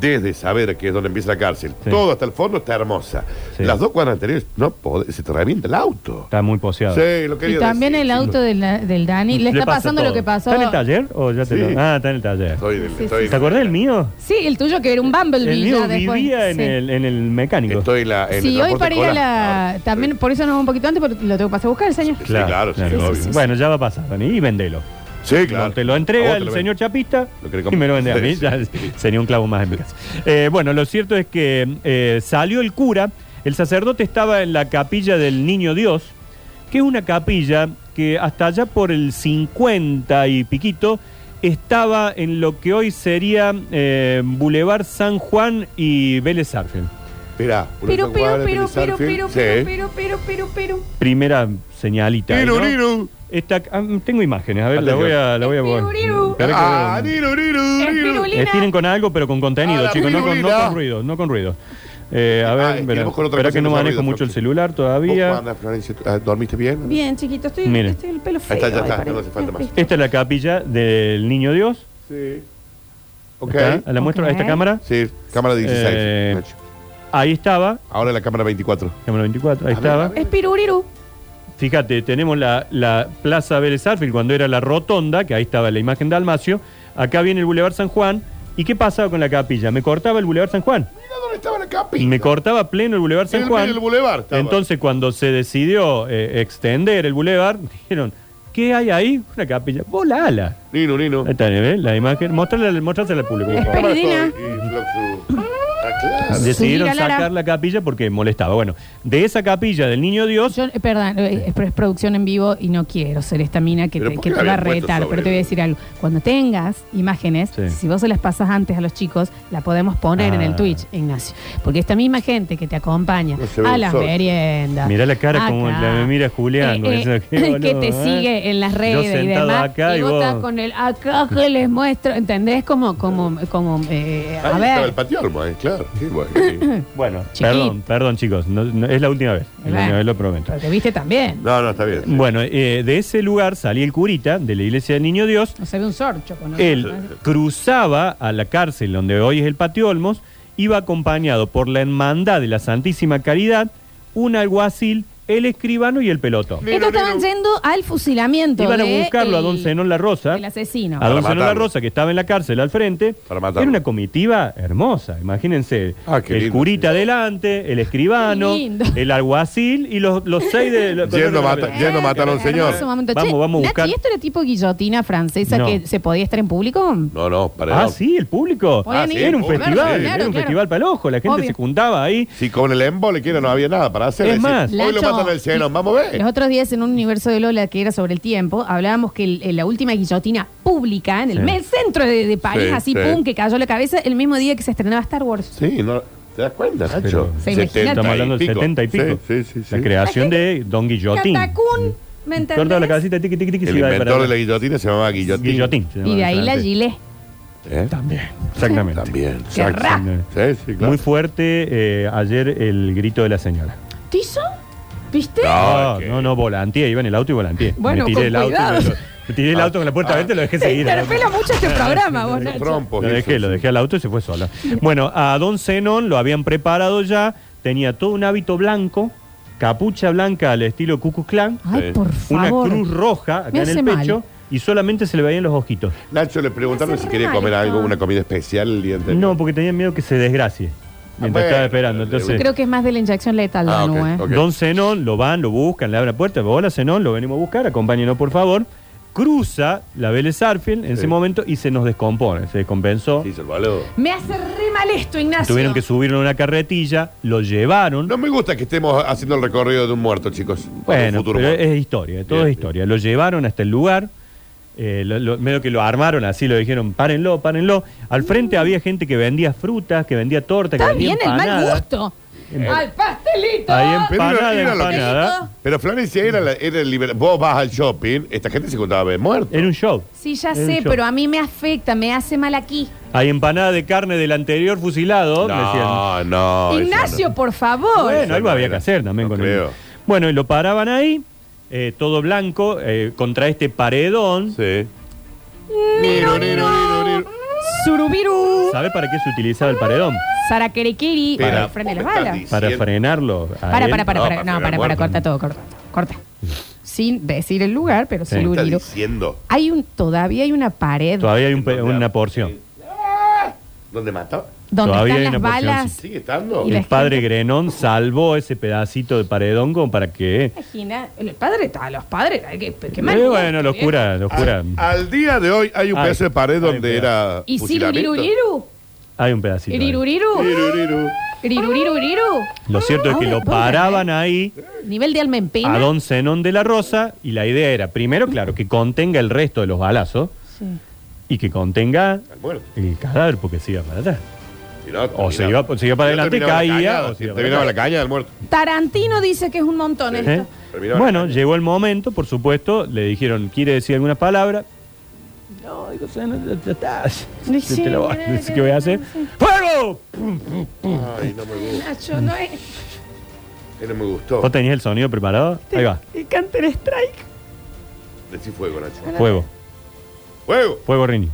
S3: desde saber que es donde empieza la cárcel,
S2: Sí.
S3: todo hasta el fondo está hermosa.
S2: Sí.
S3: Las dos cuadras anteriores, no podés, se te revienta el auto.
S2: Está muy poseado.
S3: Sí, lo quería
S1: Y también
S3: decir,
S1: el
S3: sí,
S1: auto
S3: lo-
S1: de la- del Dani. Le, está
S2: pasa
S1: pasando lo
S2: todo.
S1: que pasó.
S2: ¿Está en el taller o ya te
S3: Sí.
S2: lo- Ah, está en el taller.
S3: Estoy del-
S1: Sí,
S3: estoy-
S2: ¿Te acordás del mío?
S1: Sí, el tuyo que era un Bumblebee.
S2: El
S1: ya
S2: mío
S1: después.
S2: vivía en,
S1: Sí.
S2: el, en el mecánico.
S3: Estoy en la, en el
S1: Sí, hoy
S3: transporte
S1: para ir a
S3: escolar.
S1: la.
S3: Ah,
S1: También, por eso nos vamos un poquito antes, pero lo tengo que pasar a buscar el señor.
S3: Sí, claro, sí, obvio.
S1: sí, sí.
S2: Bueno, ya va a pasar, Dani, y vendelo.
S3: Sí, claro.
S2: Te lo
S3: A
S2: entrega
S3: vos te
S2: el
S3: lo
S2: señor Chapista
S3: Lo querés
S2: y
S3: comprar.
S2: me lo vende a mí.
S3: Sí,
S2: ya
S3: sí.
S2: sería un clavo más en mi casa. Eh, bueno, lo cierto es que eh, salió el cura. El sacerdote estaba en la capilla del Niño Dios, que es una capilla que hasta allá por el 50 y piquito estaba en lo que hoy sería eh, Boulevard San Juan y Vélez Sarfield.
S3: Espera,
S1: Pero,
S3: una
S1: pero,
S3: jugada
S1: pero,
S3: de
S1: pero, pero,
S3: Sarfield.
S1: pero,
S3: Sí.
S1: pero, pero, pero, pero.
S2: Primera señalita. ahí,
S3: Niru,
S2: ¿no?
S3: niru.
S2: Esta- ah, tengo imágenes, a ver, la
S3: Atención.
S2: voy a, la voy a
S1: Espirulino.
S2: Espera que
S3: Ah,
S2: veo.
S3: niru, niru,
S1: Es
S3: niru.
S1: pirulín.
S2: Estiren con algo, pero con contenido,
S3: Ah, la
S2: chicos, no con, no
S3: pirulina.
S2: con ruido, no con ruido. Eh, a
S3: Ah,
S2: ver,
S3: estiremos
S2: espera,
S3: con otra
S2: espera
S3: cosa
S2: que no
S3: que sea
S2: manejo
S3: ruido,
S2: mucho el
S3: Florencia.
S2: celular
S3: ¿Cómo
S2: todavía.
S3: andas, Florencia? Ah, ¿Dormiste bien?
S1: Bien, chiquito, estoy,
S2: Miren.
S1: estoy el pelo feo.
S3: Ahí está, ya
S1: ay,
S3: está,
S1: parece.
S3: no hace falta más.
S2: Esta es la capilla del Niño Dios.
S3: Sí. Ok.
S2: Acá, la muestro a esta
S1: Ok.
S2: cámara.
S3: Sí, cámara 16.
S2: Eh,
S3: Nacho.
S2: Ahí estaba,
S3: Ahora la cámara 24.
S2: cámara 24, ahí
S3: A ver, a
S2: estaba.
S3: ver.
S1: Es piruriru.
S2: Fíjate, tenemos la, la Plaza Vélez Arfield cuando era la rotonda, que ahí estaba la imagen de Almacio. Acá viene el Boulevard San Juan. ¿Y qué pasaba con la capilla? Me cortaba el Boulevard San Juan.
S3: Mira dónde estaba la capilla.
S2: Me cortaba pleno el Boulevard
S3: En
S2: San
S3: el
S2: Juan.
S3: medio del bulevar estaba.
S2: Entonces, cuando se decidió eh, extender el bulevar, dijeron, ¿qué hay ahí? Una capilla. Volala. ala.
S3: Nino, Nino.
S2: Ahí está, ¿eh? La imagen. Mostrarla, al público. por favor.
S1: Espera. Peridina.
S3: Y Floxu. Ah, claro.
S2: Decidieron
S1: Subir a Lara.
S2: sacar la capilla porque molestaba. Bueno, de esa capilla del Niño Dios,
S1: Yo, eh, perdón, eh, es, es producción en vivo y no quiero ser esta mina que
S3: Pero
S1: te,
S3: ¿por
S1: que
S3: qué
S1: te va a
S3: habían puesto
S1: retar,
S3: sobre
S1: pero te voy a
S3: el-
S1: decir algo. Cuando tengas imágenes,
S2: Sí.
S1: si vos se las pasas antes a los chicos, la podemos poner en
S2: Ah.
S1: el Twitch, Ignacio. Porque esta misma gente que te acompaña
S3: No se ve
S1: a
S3: un
S1: las
S3: sol.
S1: meriendas.
S2: Mirá la cara
S1: Ah,
S2: como la me mira Julián, como diciendo, "Qué
S1: Eh, que
S2: boludo,
S1: te
S2: eh".
S1: sigue en las redes
S2: Yo
S1: y
S2: sentado
S1: demás.
S2: acá y
S1: y vos
S2: vos-
S1: estás con el acá que les muestro. ¿Entendés? Como, como, como eh,
S3: Ahí
S1: a
S3: estaba el
S1: ver.
S3: patiolmo, eh, claro. Sí, bueno, sí.
S2: bueno,
S1: Chiquito.
S2: perdón, perdón chicos, no- no, es la última vez. Es la
S1: Bueno.
S2: última vez, lo prometo.
S1: Porque viste también.
S3: No, no, está bien.
S2: Bueno, eh, de ese lugar salía el curita de la iglesia del Niño Dios
S1: No se ve un sorcho con
S2: Él cruzaba a la cárcel donde hoy es el Patio Olmos, iba acompañado por la hermandad de la Santísima Caridad, un alguacil, el escribano y el pelotón.
S1: Estos estaban yendo al fusilamiento.
S2: Iban a
S1: de
S2: buscarlo a
S1: eh, el-
S2: Don Zenón La Rosa,
S1: El asesino.
S2: a Don
S3: Para
S2: Zenón La
S3: matarlo.
S2: Rosa que estaba en la cárcel al frente.
S3: Para matarlo.
S2: Era una comitiva hermosa, imagínense.
S3: Ah, qué
S2: el
S3: lindo.
S2: curita delante, el escribano,
S1: Qué lindo.
S2: el alguacil y los, los seis de... los-
S3: Yendo a matar-
S1: Eh,
S3: yendo
S2: Ah,
S3: a matar a un
S1: hermoso
S3: señor.
S1: momento.
S2: Vamos,
S1: Che,
S2: vamos a
S1: Nachi,
S2: buscar-
S1: ¿y esto era tipo guillotina francesa
S2: No.
S1: que se podía estar en público?
S3: No, no, para
S2: Ah, sí, el público.
S1: Podían
S3: Ah, sí,
S1: ir.
S2: Era un
S3: Claro,
S2: festival,
S3: claro,
S2: era un
S1: claro.
S2: festival para el ojo. La gente
S1: Obvio.
S2: se juntaba ahí.
S3: Si con el embole quiero no había nada para hacer.
S2: Es
S3: decir,
S2: más,
S3: hoy lo
S1: Lacho,
S3: matan al seno, vamos a ver.
S1: Los otros días en un universo de Lola que era sobre el tiempo, hablábamos que el- el- la última guillotina pública en el,
S2: Sí.
S1: me- centro de, de París,
S3: Sí,
S1: así
S3: sí.
S1: pum, que cayó la cabeza el mismo día que se estrenaba Star Wars.
S3: Sí, no, ¿te das cuenta, Nacho?
S2: Pero-
S1: Sí,
S2: Estamos hablando del 70 y pico.
S3: Sí, sí, sí. sí.
S2: La creación de Don Guillotín.
S1: Catacún, ¿me
S2: Cortaba la
S1: entendés?
S2: cabecita, tiqui, tiqui, tiqui,
S3: El
S2: se iba
S3: inventor
S2: para-
S3: de la guillotina se llamaba Guillotín.
S2: Guillotín. se
S1: Y de
S2: llamaba,
S1: ahí la
S2: sí.
S1: gilet.
S3: ¿Eh?
S2: También. Exactamente.
S3: También.
S1: Qué
S3: exacto.
S1: ra-
S3: Sí, sí, claro.
S2: Muy fuerte eh, ayer el grito de la señora.
S1: ¿Tizo? ¿Viste?
S3: Ah,
S2: No,
S3: que-
S2: no, no, volanteé, iba en el auto y volanteé.
S1: Bueno,
S2: me
S1: con
S2: tiré el auto,
S1: cuidado.
S2: y me lo- me tiré
S3: Ah.
S2: el auto con la puerta abierta y lo dejé
S1: Te
S2: seguir.
S1: interpela mucho este programa, vos,
S3: Los
S1: Nacho.
S3: trompos,
S2: Lo
S3: eso,
S2: dejé, lo
S3: sí.
S2: dejé al auto y se fue sola. Bueno, a Don Zenón lo habían preparado ya, tenía todo un hábito blanco, capucha blanca al estilo Cucu Clan,
S1: Ay,
S3: Sí.
S1: por
S2: una
S1: favor.
S2: cruz roja
S1: Me
S2: acá en
S1: hace
S2: el
S1: mal.
S2: pecho y solamente se le veían los ojitos.
S3: Nacho le preguntaron
S1: Hace
S3: si
S1: re
S3: quería comer
S1: mal,
S3: algo,
S1: ¿no?
S3: una comida especial el día
S1: pues,
S3: anterior.
S2: No, porque tenían miedo que se desgracie
S3: Ah,
S2: mientras
S3: bueno,
S2: estaba esperando.
S3: le-
S2: Entonces,
S1: Creo que es más de la inyección letal,
S3: Ah,
S1: Danu,
S3: ok,
S1: ¿eh?
S3: ok.
S2: Don Zenón lo van, lo buscan, le abren la puerta. Hola Zenón, lo venimos a buscar, acompáñenos por favor. Cruza la Vélez Arfield en
S3: Sí.
S2: ese momento y se nos descompone, se descompensó.
S3: Sí, se lo való.
S1: Me hace re mal esto, Ignacio.
S2: Tuvieron que subirlo en una carretilla, lo llevaron.
S3: No me gusta que estemos haciendo el recorrido de un muerto, chicos. De un
S2: Bueno,
S3: futuro
S2: pero
S3: muerto.
S2: es historia, todo
S3: Bien,
S2: es historia. Lo llevaron hasta el lugar, eh, lo- lo- medio que lo armaron así, lo dijeron, párenlo, párenlo. Al frente había gente que vendía frutas, que vendía torta, que
S1: Está
S2: vendía
S1: bien el mal
S2: empanadas.
S1: gusto.
S5: ¡Al pastelito!
S2: Ahí en
S3: Pero
S2: Empanada,
S3: era lo que-
S2: empanada.
S3: Pero Florencia era, la- era el liber- Vos vas al shopping, esta gente se contaba haber muerto.
S2: Era un show.
S5: Sí, ya
S2: Era un
S5: sé,
S2: show.
S5: pero a mí me afecta, me hace mal aquí.
S2: Hay empanada de carne del anterior fusilado. me decían.
S3: No, no. eso
S5: Ignacio,
S3: no.
S5: por favor.
S2: Bueno, algo
S3: no
S2: había
S3: era.
S2: que hacer también
S3: No
S2: con él.
S3: creo.
S2: Bueno, y lo paraban ahí, eh, todo blanco, eh, contra este paredón.
S3: Sí. Niro, niro, niro, niro.
S5: Surubiru.
S2: ¿Sabe para qué se utilizaba el paredón?
S5: Saraquerequiri.
S3: Espera,
S5: Para el freno de las
S3: ¿vos me
S5: balas.
S3: estás
S2: Para
S3: Siempre.
S2: frenarlo. a
S5: Para,
S2: él.
S3: No,
S5: para, para, para.
S3: para
S5: No, para, para,
S3: frenar,
S5: corta todo, corta. Corta. Sin decir el lugar, pero
S2: Sí.
S3: ¿Qué estás
S5: sururiru.
S3: diciendo?
S5: Hay un, todavía hay una pared
S2: Todavía hay un pe- una porción.
S3: ¿Dónde mataba?
S5: donde
S2: todavía hay
S5: están las
S2: una porción,
S5: balas.
S3: ¿Sigue estando?
S5: Y la-
S2: El padre Grenón salvó ese pedacito de paredón como para que...
S5: Imagina, el padre está, los padres, ay, qué, qué mal.
S2: Eh, bueno, locura, locura.
S3: Al, al día de hoy hay un
S2: Ay,
S3: pedazo de pared
S2: hay
S3: donde
S2: un
S3: era.
S5: ¿Y si
S3: fusilamiento.
S5: liruriru?
S2: Hay un pedacito. ahí.
S5: ¿Liruriru?
S3: Liru, liru.
S5: ¿Liruriru?
S2: Lo cierto es que
S5: Ahora,
S2: lo
S5: vos,
S2: paraban ahí
S5: Nivel de alma en pena.
S2: a don Zenón de la Rosa y la idea era, primero, claro, que contenga el resto de los balazos
S5: Sí.
S2: y que contenga
S3: Al muerto.
S2: el cadáver porque se iba para atrás.
S3: Si no,
S2: O se
S3: terminaba-
S2: iba- se iba para
S3: si no
S2: adelante,
S3: terminaba la
S2: caía,
S3: caña,
S2: o se
S3: si
S2: iba
S3: terminaba
S2: para
S3: la caña del muerto.
S5: Tarantino dice que es un montón
S2: ¿Eh?
S5: esto.
S3: Terminaba la
S2: Bueno,
S3: caña.
S2: llegó el momento, por supuesto, le dijeron, ¿quiere decir alguna palabra? No, digo, Zenón, ya- ya está.
S5: Ni
S2: Te- te lo voy a-
S5: siquiera,
S2: ¿Qué voy a hacer? ¡Fuego!
S3: Ay, no me gusta.
S5: Nacho, no es. este,
S3: eh, No me gustó.
S2: ¿Vos tenías el sonido preparado? Ahí va.
S5: El Counter Strike.
S3: Decí fuego, Nacho.
S2: Fuego.
S3: Fuego.
S2: Fuego, Rini.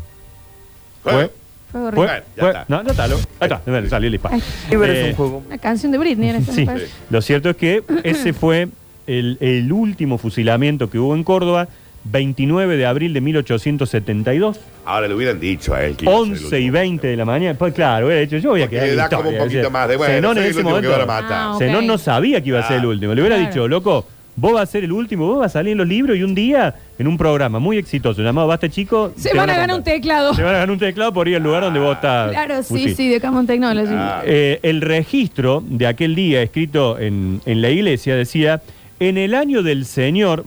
S3: Fuego.
S5: Fue
S2: Fue,
S5: horrible.
S3: Bueno, ya
S2: fue-
S3: está.
S2: no, no está, lo- ahí está, dale, salió el disparo.
S5: Ay.
S6: River es
S2: Eh,
S6: un juego.
S5: Una canción de Britney en este esta
S2: Sí,
S5: parte.
S2: lo cierto es que ese fue el, el último fusilamiento que hubo en Córdoba, 29 de abril de 1872,
S3: Ahora le hubieran dicho a él que. iba a ser el
S2: 11 y
S3: último.
S2: 20 de la mañana. Pues claro, hubiera dicho, yo voy a quedar
S3: Le
S2: en la
S3: da como un
S2: historia,
S3: poquito
S2: decía.
S3: más de bueno.
S2: Zenón en
S3: soy el
S2: ese
S3: último que van a
S2: momento,
S3: matar.
S5: Ah, ok.
S2: Zenón no sabía que iba a ser el
S3: Ah.
S2: último. Le hubiera
S5: Claro.
S2: dicho, loco, vos vas a ser el último, vos vas a salir en los libros y un día en un programa muy exitoso llamado Basta Chico.
S5: Se
S2: te
S5: van a ganar un
S2: contar.
S5: teclado.
S2: Se van a ganar un teclado por ir al lugar donde vos estás.
S5: Claro, sí,
S2: fusil.
S5: sí, de Camon Technology.
S3: Ah.
S2: Eh, el registro de aquel día escrito en, en la iglesia decía, en el año del Señor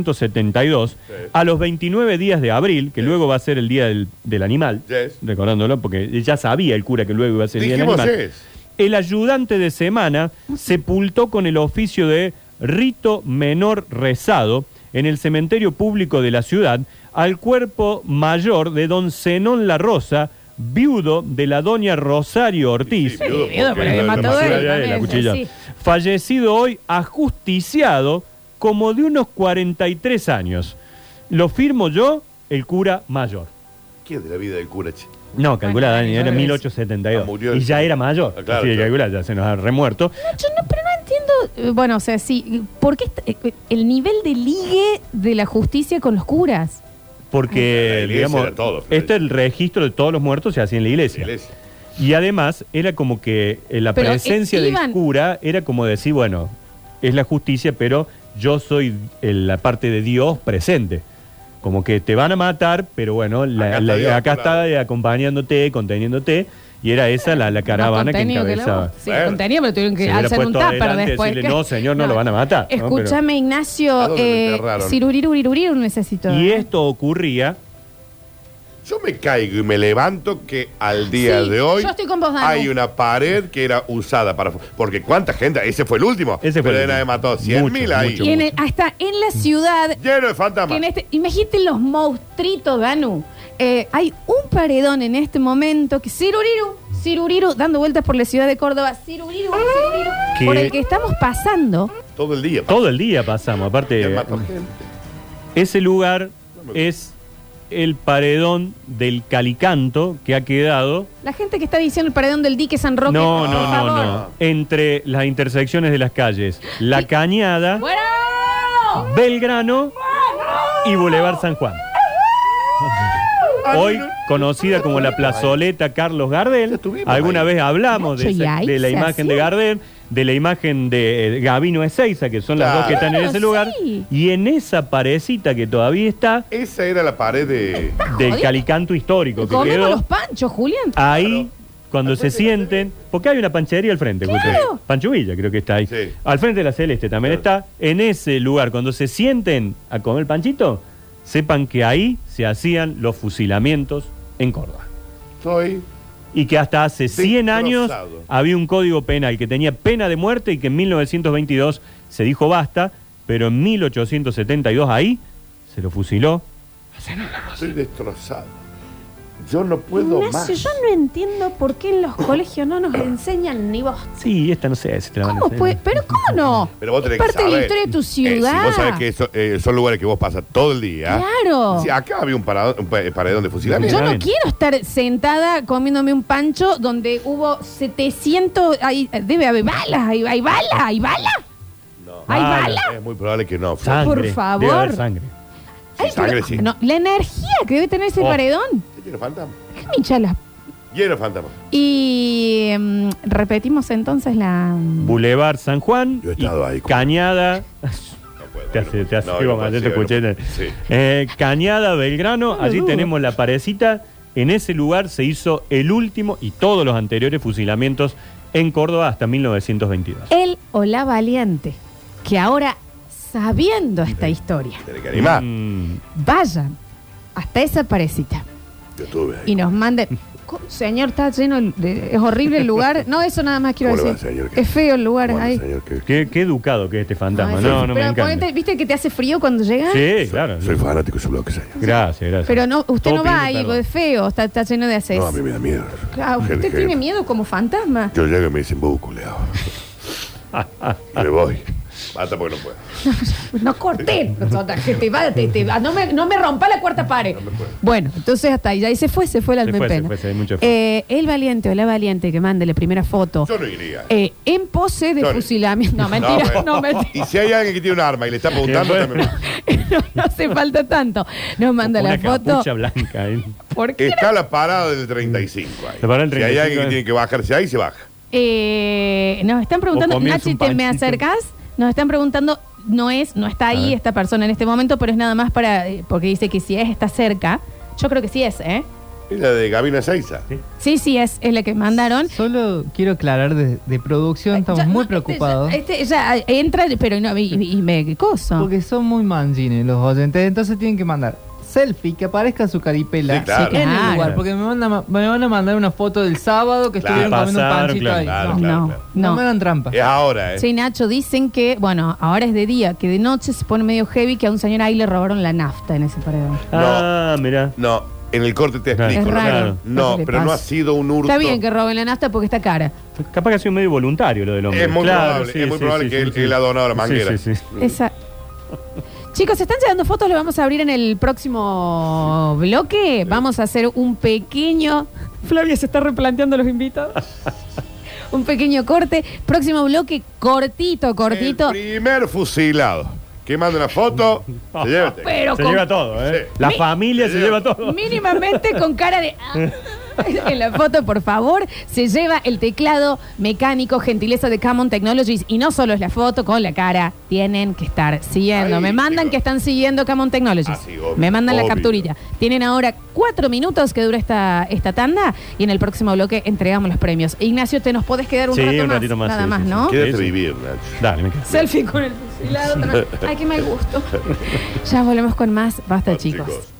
S2: 1872, a los 29 días de abril, que luego va a ser el día del, del animal,
S3: Yes.
S2: recordándolo, porque ya sabía el cura que luego iba a ser el día del
S3: Dijimos
S2: animal,
S3: es.
S2: el ayudante de semana sepultó con el oficio de rito menor rezado en el cementerio público de la ciudad al cuerpo mayor de don Zenón La Rosa, viudo de la doña Rosario Ortiz.
S3: Sí, viudo,
S5: Sí, viudo,
S3: porque
S5: pero había
S3: era
S5: matado
S3: demasiado-
S5: él.
S2: Ya, ya, la
S5: también,
S2: cuchilla.
S5: sí.
S2: Fallecido hoy, ajusticiado como de unos 43 años. Lo firmo yo, el cura mayor.
S3: ¿Quién de la vida del cura, che?
S2: No, calcula,
S5: Bueno,
S2: Dani, era
S5: entonces-
S2: 1872.
S3: Ah, murió el-
S2: y ya era mayor.
S3: Ah, claro,
S2: así que
S3: claro.
S2: calcula, ya se nos ha remuerto.
S5: Yo no, pero no entiendo. eh, Bueno, o sea, sí. ¿Por qué est- eh, el nivel de ligue de la justicia con los curas?
S2: Porque,
S3: La iglesia
S2: digamos,
S3: era todo, Florencia.
S2: este es el registro de todos los muertos se hacía en la iglesia.
S3: Iglesia.
S2: Y además era como que eh, la
S5: Pero, eh,
S2: presencia
S5: iban-
S2: del cura era como decir, bueno, es la justicia, pero yo soy eh, la parte de Dios presente. Como que te van a matar, pero bueno, la-
S3: Acá
S2: la-
S3: está
S2: acá,
S3: Dios,
S2: está
S3: claro.
S2: eh, aconteniéndote, conteniéndote, y era esa la, la caravana que
S5: contenido la
S2: encabezaba.
S5: voz. sí,
S3: Bueno.
S5: contenido, pero tuvieron
S2: Se
S5: que
S2: hubiera
S5: alzar un
S2: puesto
S5: tupper
S2: adelante y
S5: después.
S2: decirle, "No, señor, no lo van a matar", ¿no?
S5: Escúchame,
S3: ¿A
S5: Ignacio.
S3: dónde lo
S5: Eh,
S3: enterraron?
S5: sirurirurirurir necesito. ¿eh?
S2: Y esto ocurría
S3: Yo me caigo y me levanto que al día
S5: Sí,
S3: de hoy
S5: yo estoy con vos, Danu.
S3: hay una pared que era usada para... Porque cuánta gente, ese fue el último.
S2: Ese fue
S3: Pero
S2: el último.
S3: nadie mató 100.000 ahí.
S2: Mucho,
S5: Y en el- hasta en la ciudad
S3: Lleno de fantasmas.
S5: Que en este- imagínate los monstruitos, Danu. Eh, hay un paredón en este momento que Ciruriru, Ciruriru, dando vueltas por la ciudad de Córdoba, Ciruriru, Ciruriru,
S2: ¿Qué?
S5: por el que estamos pasando.
S3: Todo el día.
S2: todo el día
S3: ¿Quién
S2: pasamos, aparte
S3: mató gente?
S2: Ese lugar es el paredón del Calicanto que ha quedado.
S5: La gente que está diciendo el paredón del dique San Roque.
S2: no, no,
S5: por
S2: no,
S5: favor.
S2: no. Entre las intersecciones de las calles, La Cañada,
S5: Bueno,
S2: Belgrano y Boulevard San Juan.
S5: Ah,
S2: Hoy conocida como la plazoleta Carlos Gardel.
S3: estuvimos
S2: Alguna
S3: ahí.
S2: vez hablamos de,
S5: Nacho,
S2: esa-
S5: y ahí
S2: de la
S5: se
S2: imagen de
S5: hacía.
S2: Gardel, de la imagen de eh, Gabino Ezeiza, que son las
S3: Claro.
S2: dos que están en
S5: Claro,
S2: ese lugar.
S5: sí.
S2: Y en esa parecita que todavía está,
S3: Esa era la pared de...
S2: del
S5: jodido.
S2: calicanto histórico que
S5: comemos los
S2: quedó
S5: panchos, Julián.
S2: ahí cuando se sienten, porque hay una panchería al frente, justo.
S5: Claro.
S2: Pancho Villa creo que está ahí.
S3: Sí.
S2: Al frente de la Celeste también está. En ese lugar, cuando se sienten a comer panchito, sepan que ahí se hacían los fusilamientos en Córdoba.
S3: Estoy...
S2: y que hasta hace 100 años
S3: Destrozado.
S2: había un código penal que tenía pena de muerte y que en 1922 se dijo basta, pero en 1872 ahí se lo fusiló.
S3: Estoy destrozado. Yo no puedo más.
S5: Ignacio, yo no entiendo por qué en los colegios no nos enseñan ni vos.
S2: Sí, esta no sé si te la van a
S5: ¿Cómo
S2: hacer.
S5: puede? ¿Pero cómo no?
S3: Pero vos tenés
S5: es parte
S3: que
S5: de
S3: saber.
S5: la historia de tu
S3: Eh,
S5: ciudad.
S3: si vos sabés que eso, eh, son lugares que vos pasas todo el día.
S5: Claro.
S3: Si acá había un, parado- un pa- paredón de fusilamiento.
S5: Yo
S2: Está
S5: no
S2: bien.
S5: quiero estar sentada comiéndome un pancho donde hubo 700. Hay, debe haber balas, hay, hay balas, hay balas. ¿Hay
S2: Balas,
S5: balas?
S3: Es muy probable que no. Flor.
S2: Ah, Sangre,
S5: Por
S2: debe
S5: favor.
S2: haber sangre.
S3: Sí,
S5: Ay,
S3: sangre,
S5: pero-
S3: sí.
S5: no, la energía que debe tener ese
S2: Oh.
S5: paredón.
S3: Lleno fantasma.
S5: Déjame hinchar las-
S3: Lleno fantasma.
S5: Y mm, repetimos entonces la.
S2: Boulevard San Juan,
S3: Yo he estado
S2: y
S3: ahí, como-
S2: Cañada.
S3: No puedo,
S2: Te
S3: no
S2: hace,
S3: puedo.
S2: te hace,
S3: No,
S2: sí,
S3: no
S2: vamos,
S3: puedo,
S2: yo te
S3: sí,
S2: escuché.
S3: no puedo. Sí.
S2: Eh, Cañada, Belgrano,
S5: No lo
S2: allí
S5: dudo.
S2: tenemos la parecita. En ese lugar se hizo el último y todos los anteriores fusilamientos en Córdoba hasta 1922.
S5: Él o la valiente, que ahora, sabiendo esta historia,
S3: Tenés que animar.
S2: Mm,
S5: vayan hasta esa parecita
S3: Yo estuve ahí.
S5: y nos manden. Co- Señor, está lleno, de- es horrible el lugar. No, eso nada más quiero
S3: ¿Cómo le va,
S5: decir.
S3: señor? ¿Qué-
S5: es feo el lugar
S3: Bueno,
S5: ahí.
S3: señor, que-
S2: qué, qué educado que es este fantasma.
S5: Ay,
S2: no,
S5: sí.
S2: no me
S5: pero
S2: encanta.
S5: ponete- viste que te hace frío cuando llegas.
S2: Sí, claro.
S3: Soy fanático de su bloque, señor.
S2: Gracias, gracias.
S5: Pero no, usted
S2: Todo
S5: no va
S2: pide
S5: ahí,
S2: perdón.
S5: porque es feo, está, está lleno de haces.
S3: No, a mí me da miedo.
S5: Claro, usted
S3: Jefe,
S5: tiene
S3: jefe.
S5: miedo como fantasma.
S3: Yo llego y me dicen, vos, culeado. y me voy. Basta porque no puedo.
S5: No corté, nosotras, que te va- te- te va- no, me, no me rompa la cuarta pared. bueno, entonces hasta ahí, ahí se fue, se fue el
S2: Se fue,
S5: almepena.
S2: se fue, se- hay mucho
S5: eh, el valiente o la valiente que mande la primera foto
S3: Yo no iría.
S5: eh, en pose de
S3: Yo no-
S5: fusilamiento. No,
S3: bueno.
S5: mentira, no, mentira.
S3: Y si hay alguien que tiene un arma y le está apuntando,
S2: ¿Quién fue?
S3: también.
S5: no, no hace falta tanto. Nos manda
S2: Una
S5: la foto.
S2: capucha blanca. ¿eh?
S5: ¿Por qué?
S3: Está la parada del 35 ahí.
S2: La parada del
S3: Si hay
S2: 35,
S3: alguien
S2: eh.
S3: que tiene que bajarse ahí, se baja.
S5: Eh, nos están
S2: O
S5: preguntando,
S2: comienza
S5: Nachi,
S2: un
S5: ¿te me
S2: panchito.
S5: acercas? Nos están preguntando, no es, no está
S2: A
S5: ahí
S2: ver.
S5: esta persona en este momento, pero es nada más para, eh, porque dice que si es, está cerca. Yo creo que sí es, ¿eh?
S3: Es la de Gabina Seiza.
S5: Sí, sí es, es la que mandaron.
S7: Solo quiero aclarar de, de producción, estamos
S5: Ya, no,
S7: muy
S5: este,
S7: preocupados.
S5: ya, este, ya, eh, entra, pero no, y, y- y me qué cosa.
S7: Porque son muy manjines los oyentes, entonces tienen que mandar selfie que aparezca su caripela
S3: Sí, claro.
S7: en
S5: Claro.
S7: el lugar, porque me, van a- me van a mandar una foto del sábado que
S3: Claro.
S7: estuvieron comiendo un
S2: Pasaron,
S7: panchito
S2: claro,
S7: ahí.
S3: claro,
S7: no,
S3: claro.
S5: no,
S7: no
S5: no.
S7: me dan trampa.
S3: Es ahora, ¿eh?
S5: Sí, Nacho, dicen que, bueno, ahora es de día, que de noche se pone medio heavy, que a un señor ahí le robaron la nafta en ese paredón.
S2: Ah, mirá.
S3: No, en el corte te
S2: Claro.
S3: explico.
S5: Es
S3: ¿no?
S5: raro.
S3: No,
S5: ¿Qué le
S3: pero no
S5: pasa?
S3: ha sido un hurto.
S5: Está bien que roben la nafta porque está cara.
S2: Capaz que ha sido medio voluntario lo del hombre.
S3: Es muy
S2: Claro,
S3: probable,
S2: sí,
S3: es muy
S2: sí,
S3: probable
S2: sí,
S3: que
S2: sí,
S3: él,
S2: sí.
S3: él ha donado la
S2: Sí,
S3: manguera.
S2: sí, sí.
S5: Esa. Chicos, se están llegando fotos, lo vamos a abrir en el próximo bloque. Vamos a hacer un pequeño. Flavia se está replanteando los invitados. un pequeño corte. Próximo bloque, cortito, cortito.
S3: El primer fusilado. Que manda una foto, se lleva este.
S5: Pero
S2: Se
S5: con-
S2: lleva todo, ¿eh?
S3: Sí.
S2: La
S5: Mi-
S2: familia se lleva todo.
S5: mínimamente con cara de. "Ah". En la foto, por favor, se lleva el teclado mecánico, gentileza de Camon Technologies. Y no solo es la foto con la cara, tienen que estar siguiendo.
S3: Ahí,
S5: Me mandan
S3: chicos.
S5: que están siguiendo Camon Technologies.
S3: Ah, sí, obvio,
S5: Me mandan la
S3: obvio.
S5: capturilla. Tienen ahora cuatro minutos que dura esta, esta tanda y en el próximo bloque entregamos los premios. Ignacio, ¿te nos podés quedar un
S2: Sí,
S5: rato
S2: un
S5: más?
S2: ratito más,
S5: Nada
S2: sí,
S5: más,
S2: sí, sí.
S5: ¿no?
S3: Quédate
S2: Sí, sí.
S3: vivir, Nacho.
S2: Dale, me quedo.
S5: Selfie con el fusilado. Ay, qué mal gusto. Ya volvemos con más. Basta,
S3: Ah,
S5: chicos.